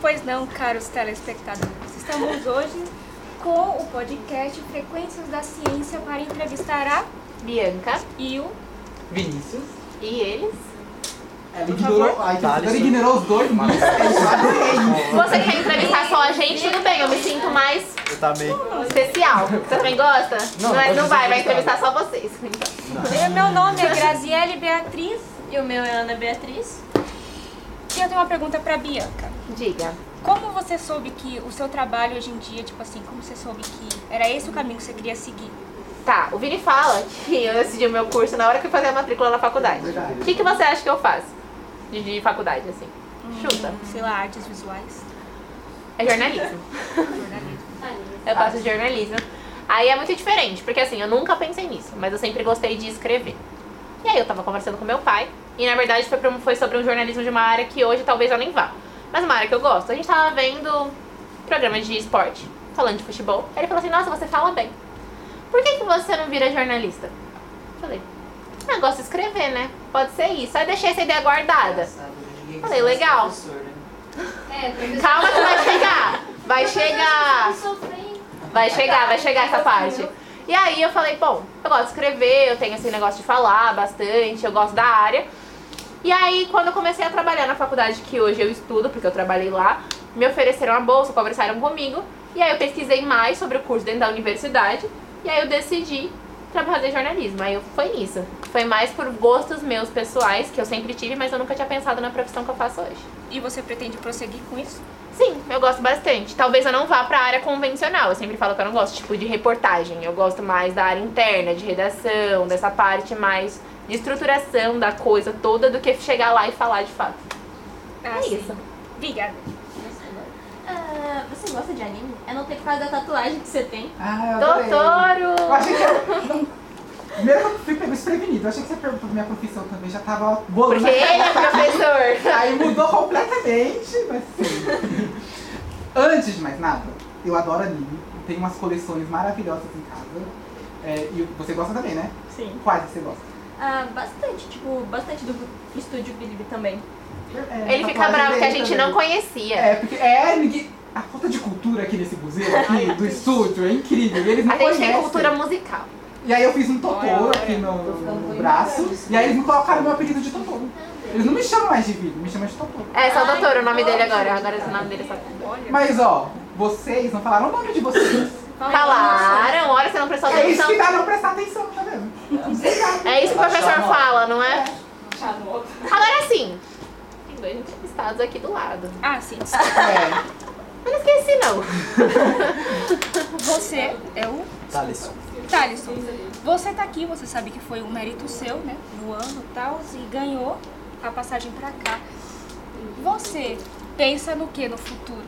Pois não, caros telespectadores. Estamos hoje com o podcast Frequências da Ciência para entrevistar a Bianca Yu. Vinícius. e eles. Ela É, ignorou, a entrevistadora ignorou os dois, mano. Você quer entrevistar só a gente? Tudo bem, eu me sinto mais Eu tá meio. especial. Você também gosta? Não, é- pode não vai, vai entrevistar. entrevistar só vocês. Então. E Meu nome é Graziele Beatriz E o meu é Ana Beatriz. e eu tenho uma pergunta para Bianca. Diga. Como você soube que o seu trabalho hoje em dia, tipo assim, como você soube que era esse o caminho que você queria seguir? Tá, o Vini fala que eu decidi o meu curso na hora que eu fazia a matrícula na faculdade. Verdade. O que, que você acha que eu faço? De, de faculdade, assim. Chuta. Sei lá, artes visuais, É jornalismo. jornalismo. Eu faço jornalismo. Aí é muito diferente, porque assim, eu nunca pensei nisso, mas eu sempre gostei de escrever. E aí eu tava conversando com meu pai, e na verdade foi, pra um- foi sobre um jornalismo de uma área que hoje talvez eu nem vá. Mas uma área que eu gosto. A gente tava vendo programas de esporte, falando de futebol. Aí ele falou assim, nossa, você fala bem. Por que, que você não vira jornalista? Eu Falei, ah, gosto de escrever, né? Pode ser isso. Aí deixei essa ideia guardada. Falei, legal. né? É, professor. Calma que vai chegar! Vai chegar! Vai chegar, vai chegar essa parte. E aí eu falei, bom, eu gosto de escrever, eu tenho esse negócio de falar bastante, eu gosto da área. E aí, quando eu comecei a trabalhar na faculdade que hoje eu estudo, porque eu trabalhei lá, me ofereceram a bolsa, conversaram comigo. E aí eu pesquisei mais sobre o curso dentro da universidade. E aí eu decidi pra fazer jornalismo. Aí eu- foi isso. Foi mais por gostos meus pessoais, que eu sempre tive, mas eu nunca tinha pensado na profissão que eu faço hoje. E você pretende prosseguir com isso? Sim, eu gosto bastante. Talvez eu não vá pra área convencional. Eu sempre falo que eu não gosto, tipo, de reportagem. Eu gosto mais da área interna, de redação, dessa parte mais de estruturação da coisa toda do que chegar lá e falar de fato. Ah, é sim. isso. Obrigada. Ah, você gosta de anime? Eu não tenho que falar da tatuagem que você tem. Ah, eu adorei. Eu Doutor! achei que era... não- Primeiro que eu fui pego desprevenido. Eu achei que você perguntou minha profissão também. Já tava bolando. Porque ele é professor. Aí mudou completamente, mas sim. Antes de mais nada, eu adoro anime. Tem umas coleções maravilhosas em casa. É, e você gosta também, né? Sim. Quais você gosta? Ah, bastante, tipo, bastante do estúdio Bilib também. É, Ele fica tatuagem bravo que a dele gente também. não conhecia. É, porque é ninguém- a falta de cultura aqui nesse museu, aqui do estúdio, é incrível. Eles não A gente tem conhecem. cultura musical. E aí eu fiz um Totoro Olha, aqui no, tô ficando no com braço, inveja. e aí eles me é colocaram meu apelido de Totoro. Eles não me chamam mais de Vini, me chamam de Totoro. É, só o Ai, doutor, o nome dele nossa, agora. Agora esse nome dele é só. Olha, Mas ó, vocês não falaram o nome de vocês. Falaram, olha, você não prestou é isso atenção. que dá não prestar atenção, tá vendo? Obrigado. É isso que o professor Chamou. fala, não é? Agora sim. Tem dois entrevistados aqui do lado. Ah, sim. É, Eu não esqueci, não. Você é o Tá, Alisson. Thaleson, você tá aqui, você sabe que foi um mérito seu, né? No ano e tal, e ganhou a passagem pra cá. Você pensa no que no futuro?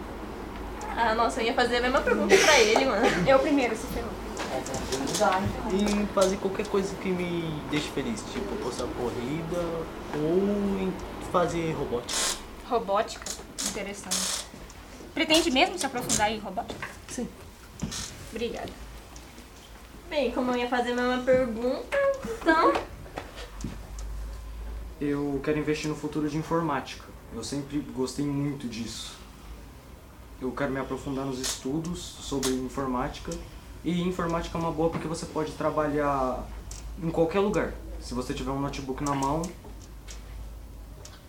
Ah, nossa, eu ia fazer a mesma pergunta pra ele, mano. Eu primeiro, se ferrou. E fazer qualquer coisa que me deixe feliz, tipo postar corrida ou em fazer robótica. Robótica? Interessante. Pretende mesmo se aprofundar em robótica? Sim. Obrigada. Bem, como eu ia fazer a mesma pergunta, então... Eu quero investir no futuro de informática. Eu sempre gostei muito disso. Eu quero me aprofundar nos estudos sobre informática. E informática é uma boa porque você pode trabalhar em qualquer lugar. Se você tiver um notebook na mão,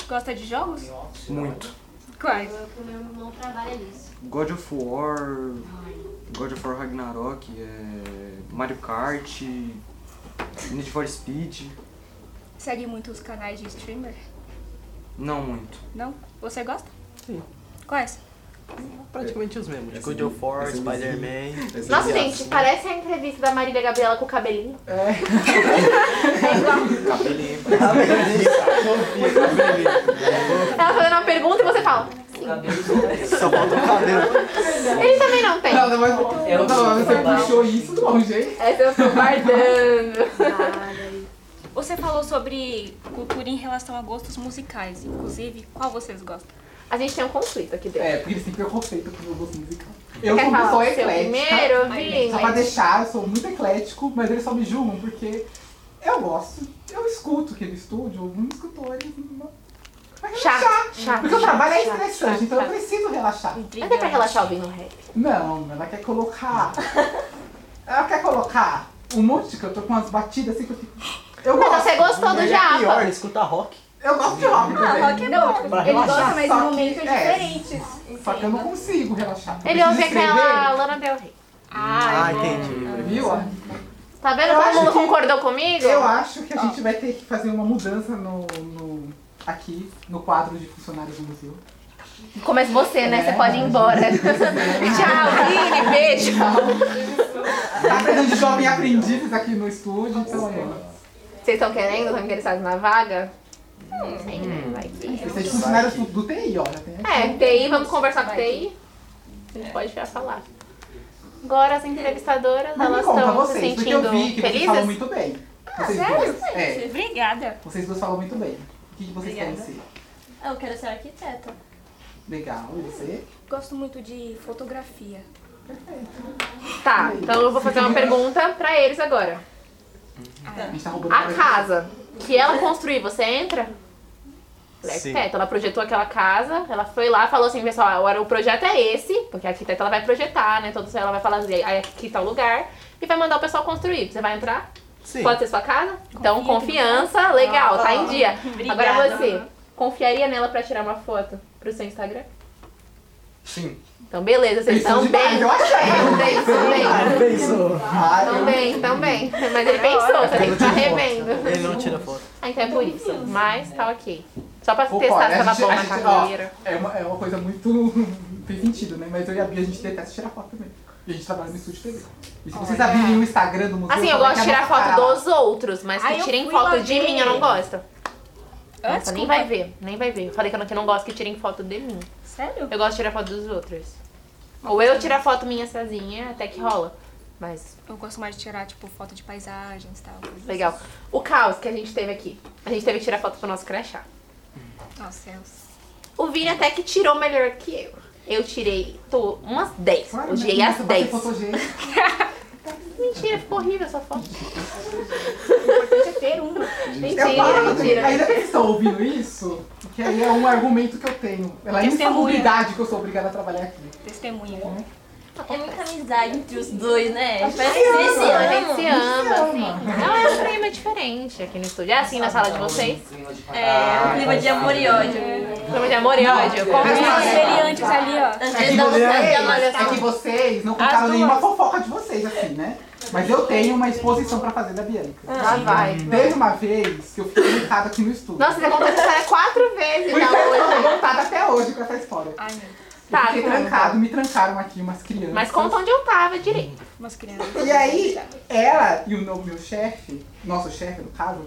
Gosta de jogos? muito. Quais? God of War, God of War Ragnarok, é, Mario Kart, Need for Speed. Segue muito os canais de streamer? Não muito. Não? Você gosta? Sim. Quais? Praticamente os mesmos. de God Tipo, of War, Esse Spider-Man. Nossa, é gente, assim. parece a entrevista da Marília Gabriela com o cabelinho. Cabelinho. Cabelinho. É. Ela tá fazendo uma pergunta e você fala. Só falta o cabelo. Ele também não tem. não, não, mas, não, mas você puxou isso de um jeito. Essa eu tô guardando. Você falou sobre cultura em relação a gostos musicais, inclusive qual vocês gostam? A gente tem um conflito aqui dentro. É, porque eles têm preconceito com o meu gosto musical. É. Eu Quer sou uma falar o pessoa seu eclética. primeiro, Só pra Vinland? deixar, eu sou muito eclético, mas eles só me julgam porque eu gosto. Eu escuto aquele estúdio, alguns escutores. Chato, chato. Porque o trabalho é chato, estressante, chato, então eu chato. preciso relaxar. Não dá pra relaxar ouvindo um rap. Não, ela quer colocar. Ela quer colocar um monte que eu tô com umas batidas assim que eu fico. Eu Mas gosto. você gostou do Ele é pior, Japa. ele escuta rock. Eu gosto de rock Ah, também. rock é bom. Pra Ele gosta, relaxar, mas um só em que- momentos é. diferentes. Só que eu não consigo relaxar. Ele Eu ouve preciso aquela escrever, Lana Del Rey. Ah, Ai, bom. entendi. Viu? ó? Tá vendo Eu como acho todo mundo que- concordou comigo? Eu acho que a gente vai ter que fazer uma mudança no, no- aqui, no quadro de funcionários do museu. Começa você, né? Você pode ir embora. É. Tchau, Vini, beijo. Tá precisando de jovem aprendizes aqui no estúdio, então é. Vocês estão querendo? Estão interessados na vaga? Não sei, Hum. né? Vai que... Vocês são de funcionários do, do TI, ó. já tem aqui. É, TI, vamos conversar com o TI? A gente pode já falar. Agora as entrevistadoras, Mas me elas conta estão se vocês, porque eu sentindo vi que vocês falam felizes? Ah, muito bem. Vocês duas. assim? É, Obrigada. vocês duas falam muito bem. O que que vocês querem Obrigada. ser? Ah, Eu quero ser arquiteta. Legal, e você? Gosto muito de fotografia. Tá, então eu vou fazer uma pergunta pra eles agora. A gente tá roubando A coisa. casa que ela construir, você entra? Ela é Sim. arquiteta, ela projetou aquela casa, ela foi lá, falou assim, pessoal, agora o projeto é esse, porque a arquiteta ela vai projetar, né? Todo ela vai falar assim, aí aqui tá o lugar, e vai mandar o pessoal construir. Você vai entrar? Sim. Pode ser sua casa? Então, Confia, confiança, legal, tá em dia. Obrigada. Agora você, confiaria nela pra tirar uma foto pro seu Instagram? Sim. Então, beleza, vocês Pensou estão demais, bem. eu achei. Também, também. Pensou. Ah, eu- Também, também. Mas ele pensou, É você tem que estar revendo. Ele não tira foto. Ah, então é por isso. Mas tá ok. Só pra Pô, testar é se olha, a tava gente- bom a na gente- carreira. ó, É uma, é uma coisa muito. tem sentido, né? Mas eu e a Bia, a gente detesta tirar foto também. E a gente trabalha no estúdio TV. E se vocês abrirem o Instagram do museu. Assim, eu só vai é gosto de ter a tirar nossa foto cara lá. dos outros, mas Ai, que eu tirem fui foto lá de ver. mim eu não gosto. Ah, Nossa, nem desculpa. vai ver, nem vai ver. Eu falei que eu não, que não gosto que tirem foto de mim. Sério? Eu gosto de tirar foto dos outros. Ou eu tirar foto minha sozinha, até que rola. Mas, Eu gosto mais de tirar, tipo, foto de paisagens e tal. coisas assim. legal. O caos que a gente teve aqui. A gente teve que tirar foto pro nosso crachá. Nossa, é um céus. O Vini até que tirou melhor que eu. Eu tirei tô, umas 10. Claro, né? Odiei as Você vai ser 10. fotogênica. Mentira, ficou horrível essa foto. Importante é ter uma. Eu Mentira, falo, mentira. Ainda que eles estão ouvindo isso, que aí é um argumento que eu tenho. Pela Testemunha. insalubridade que eu sou obrigada a trabalhar aqui. Testemunha. É muita amizade entre os dois, né? Parece que que eles se A gente amam. se ama, assim. ama. Não, é um clima diferente aqui no estúdio. É assim na sala de vocês. É, um clima de amor e ódio. Clima de amor e ódio. As Conversa. duas brilhantes ali, ó. Às É que, vezes dá vocês, vontade de é amarrar. que vocês não contaram As duas. nenhuma fofoca de vocês, assim, né? Mas eu tenho uma exposição pra fazer da Bianca. Lá vai. Teve uma vez que eu fiquei irritada aqui no estúdio. Nossa, você contou essa história quatro vezes Por já isso que eu tô hoje. revoltada até hoje com essa história. Ai, meu Deus. Tá, eu fiquei conta. trancado, me trancaram aqui umas crianças. Mas conta onde eu tava direito. Umas crianças. E aí, ela e o meu, meu chefe, nosso chefe no caso,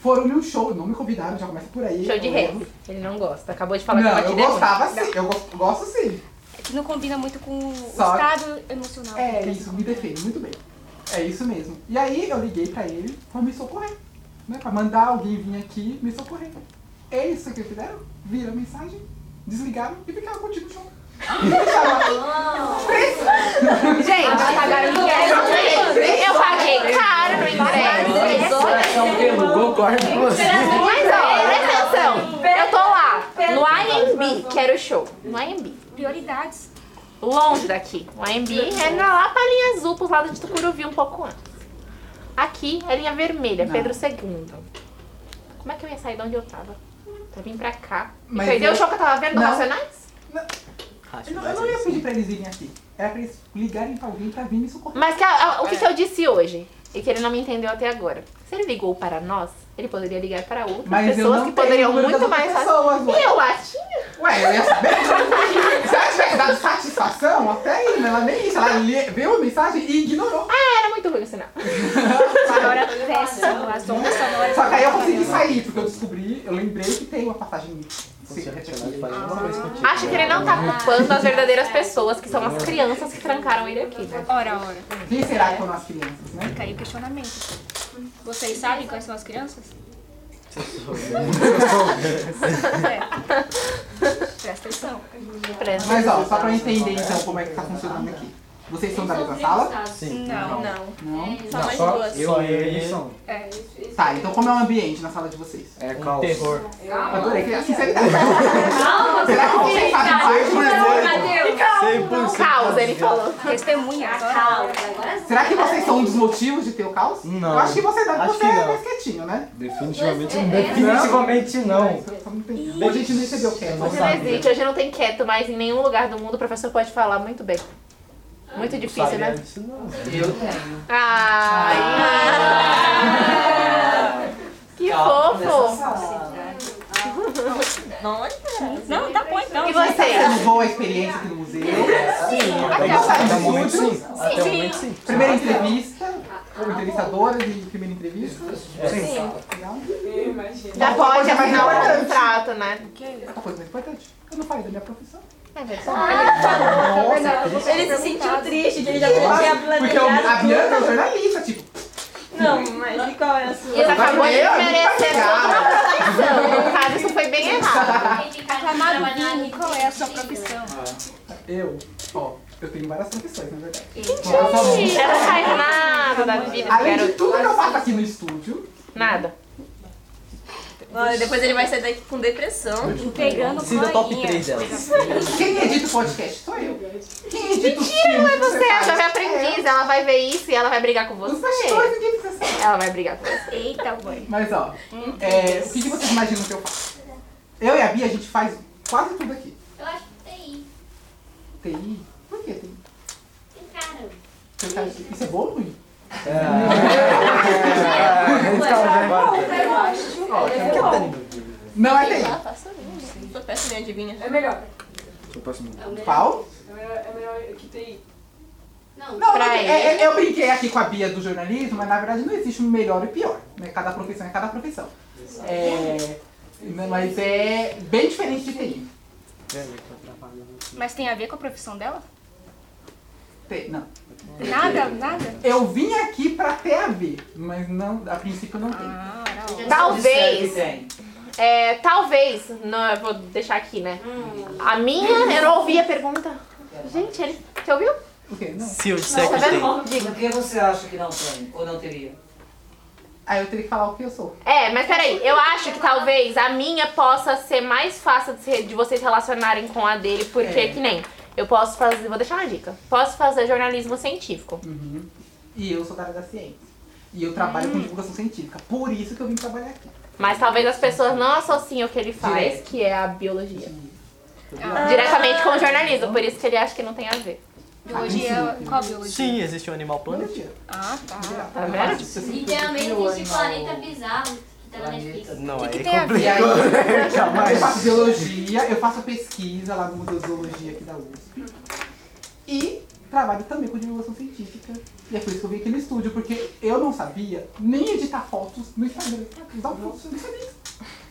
foram num show, não me convidaram, já começa por aí. Show de rap. Ele não gosta. Acabou de falar que não, eu eu bati dentro. gostava sim, eu gosto, gosto sim. É que não combina muito com o Só- estado emocional. É isso, me defende, muito bem. É isso mesmo. E aí eu liguei pra ele pra me socorrer. Né? Pra mandar alguém vir aqui me socorrer. É isso que fizeram? Viram a mensagem, desligaram e ficaram contigo no show. Me deixaram lá. Gente, tá pagaram ingresso. Eu paguei caro no ingresso. Coração pelo, concordo com você. Mas ó, presta atenção. Eu tô lá, no IMB, que era o show. No IMB. Prioridades. longe daqui. O AMB é na- lá pra linha azul, pro lado de Tucuruvi, um pouco antes. Aqui é linha vermelha, Não. Pedro II. Como é que eu ia sair de onde eu tava? Pra vir pra cá. E Mas perdeu eu- o show que eu tava vendo, do Não. Racionais? Racha, Eu não, eu não é ia pedir pra eles virem aqui. Era pra eles ligarem pra alguém pra vir me socorrer. Mas que a- a- o que, que eu disse hoje? E que ele não me entendeu até agora. Se ele ligou para nós, ele poderia ligar para outras Mas eu pessoas não que tenho poderiam número muito das mais outras fácil. pessoas, ué. E eu latinha? Ué, eu ia saber. Se ela tivesse dado satisfação, até aí, mas ela nem isso. Ela lê- viu a mensagem e ignorou. Ah, era muito ruim o sinal. Sonora péssima. As ondas sonoras. Só que aí eu consegui sair, porque eu descobri, eu lembrei que tem uma passagem secreta aqui. Acho que ele não tá culpando as verdadeiras pessoas, que são as crianças que trancaram ele aqui. né? Ora, ora. Quem será que são as crianças, né? Fica aí o questionamento. Vocês sabem quais são as crianças? É. Presta atenção. Presta Mas ó, só pra eu entender então como é que tá funcionando aqui. Vocês são da mesma sala? Sim. Não. Não, Não. É, só mais só duas. eu e eles são. É. Tá, então como é o ambiente na sala de vocês? É Um caos. terror. Adorei que é a sinceridade. Será que vocês sabem mais? Um Caos, ele falou. Testemunha. Será que vocês são um dos motivos de ter o caos? Não. Eu acho que você, deve- Acho você que é não. mais quietinho, né? Definitivamente Você- não. é- Definitivamente não. A gente não recebeu quieto. Não Hoje não sabe. existe, hoje não tem quieto, mas em nenhum lugar do mundo o professor pode falar muito bem. Muito difícil, Sabia né? disso não. Ai! Que fofo! Não, tá bom então. E vocês? Vocês boa experiência aqui no museu. Até sabe até o de momento tudo. sim. Até o momento sim. Primeira entrevista, ou entrevistadora de primeira entrevista. Legal. Já pode assinar um contrato, né? Outra coisa mais importante, eu não falei da minha profissão. É verdade. Ele se Tá. sentiu triste que ele já tinha Ah, Porque eu- a planejado. Bianca é jornalista, tipo, Não, mas e qual é a sua? Você acabou de Meu, merecer toda uma proteção. No caso, isso foi bem errado. Tá. Aclamado Vini, Tá qual é a sua profissão? eu, ó, eu tenho várias profissões, na verdade. Ih, Ela não faz nada da vida, Além de quero tudo que eu faço aqui no estúdio, nada. Olha, Depois ele vai sair daqui com depressão. Pegando Sinta top colinha. 3 delas. quem edita o podcast sou eu. Quem edita os filmes Mas que você, ela faz? é. vai aprendiz, ela vai ver isso e ela vai brigar com Os você. bastidores ninguém precisa saber. Ela vai brigar com você. Eita, mãe. Mas ó, é, o que, que vocês imaginam que eu faço? Eu e a Bia, a gente faz quase tudo aqui. Eu acho que tem. TI? Por que TI? Cara, Você tá- Isso é Então, né? bom ou ruim? eu acho. um Não é TI. Tô péssima em adivinha. É melhor. Eu passo muito. Pau? É melhor, é melhor que TI. Não, Não, Pra é- é- eu brinquei aqui com a Bia do jornalismo, mas na verdade não existe um melhor e pior. Né? Cada profissão é cada profissão. É, né, mas é bem diferente de TI. Mas tem a ver com a profissão dela? T- Não. Nada, nada? Eu vim aqui pra ter a ver, mas não, a princípio não tem. Ah, era ótimo. Sério que Talvez, tem. é, talvez, não, eu vou deixar aqui, né? Hum. A minha, eu não ouvi a pergunta. Gente, ele, você ouviu? O quê? Não. Se eu disser Tá que tem. vendo? Diga. Por que você acha que não tem? Ou não teria? Aí eu teria que falar o que eu sou. É, mas peraí, eu acho que talvez a minha possa ser mais fácil de, se- de vocês relacionarem com a dele, porque É. que nem, eu posso fazer, vou deixar uma dica, posso fazer jornalismo científico. E eu sou da área da ciência. E eu trabalho com divulgação científica. Por isso que eu vim trabalhar aqui. Mas talvez as pessoas não associem o que ele faz, Direto. que é a biologia. Diretamente com o jornalismo, por isso que ele acha que não tem a ver. Biologia, qual a biologia? Ah, Sim, existe um animal planet. Biologia. Ah, tá. Tá vendo? Literalmente um existe planeta bizarro que tá na Netflix. Não, que aí tem a é ver? complicado. Eu faço biologia, eu faço pesquisa lá no Museu de Zoologia aqui da USP. E trabalho também com divulgação científica. E é por isso que eu vim aqui no estúdio, porque eu não sabia nem editar fotos no Instagram. Dar um foto, eu não sabia.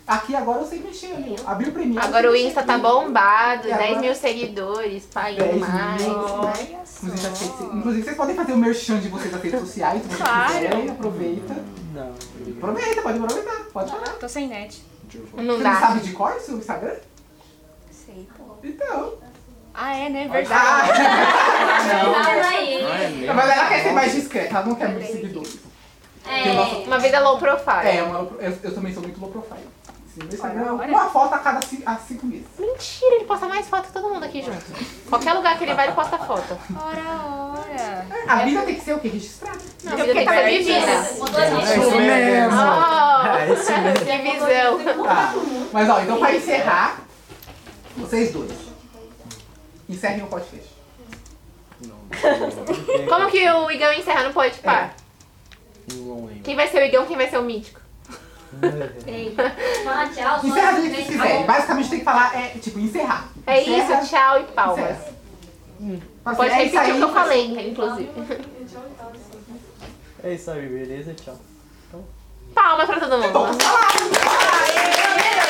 Aqui agora eu sei mexer ali. Abriu o primeiro. Agora o Insta tá bombado, E agora? 10 mil seguidores, pai 10 mais. mil. né? tá Inclusive, as redes- inclusive, vocês podem fazer o merchan de vocês nas redes sociais, se vocês Claro. quiserem, aproveita. Não. Aproveita, pode aproveitar, pode falar. Tô sem net. Não Você não dá. sabe de cor seu Instagram? Sei, pô. Então. Ah, é, né? Verdade. Ah, Fala aí. Mas ela quer ser mais discreta, ela não quer muitos seguidores. É. Porque o nosso- Uma vida low profile. É, uma- eu, eu também sou muito low profile. Assim, meu Instagram é Olha. uma foto a cada ci- a cinco meses. Mentira, ele posta mais foto que todo mundo aqui junto. Qualquer lugar que ele vai, ele posta foto. Ah! Ora, ora. A vida tem que ser o quê? Registrada. É. Não, a vida tem que ser vivida. É isso Oh, que visão. Tá. Mas ó, então pra encerrar, vocês dois. Encerrem o podcast. Como que o Igão encerra no pode pá? É. Não lembro. Quem vai ser o Igão, quem vai ser o Mítico? Fala um tchau, Encerra do jeito é que vocês quiserem. Basicamente tem que falar, é, tipo, encerrar. É Encerra, isso, tchau e palmas. encerra. Mas, Pode é isso repetir aí, o que eu falei, inclusive. É isso aí, beleza? Tchau. Palmas pra todo mundo. Aê!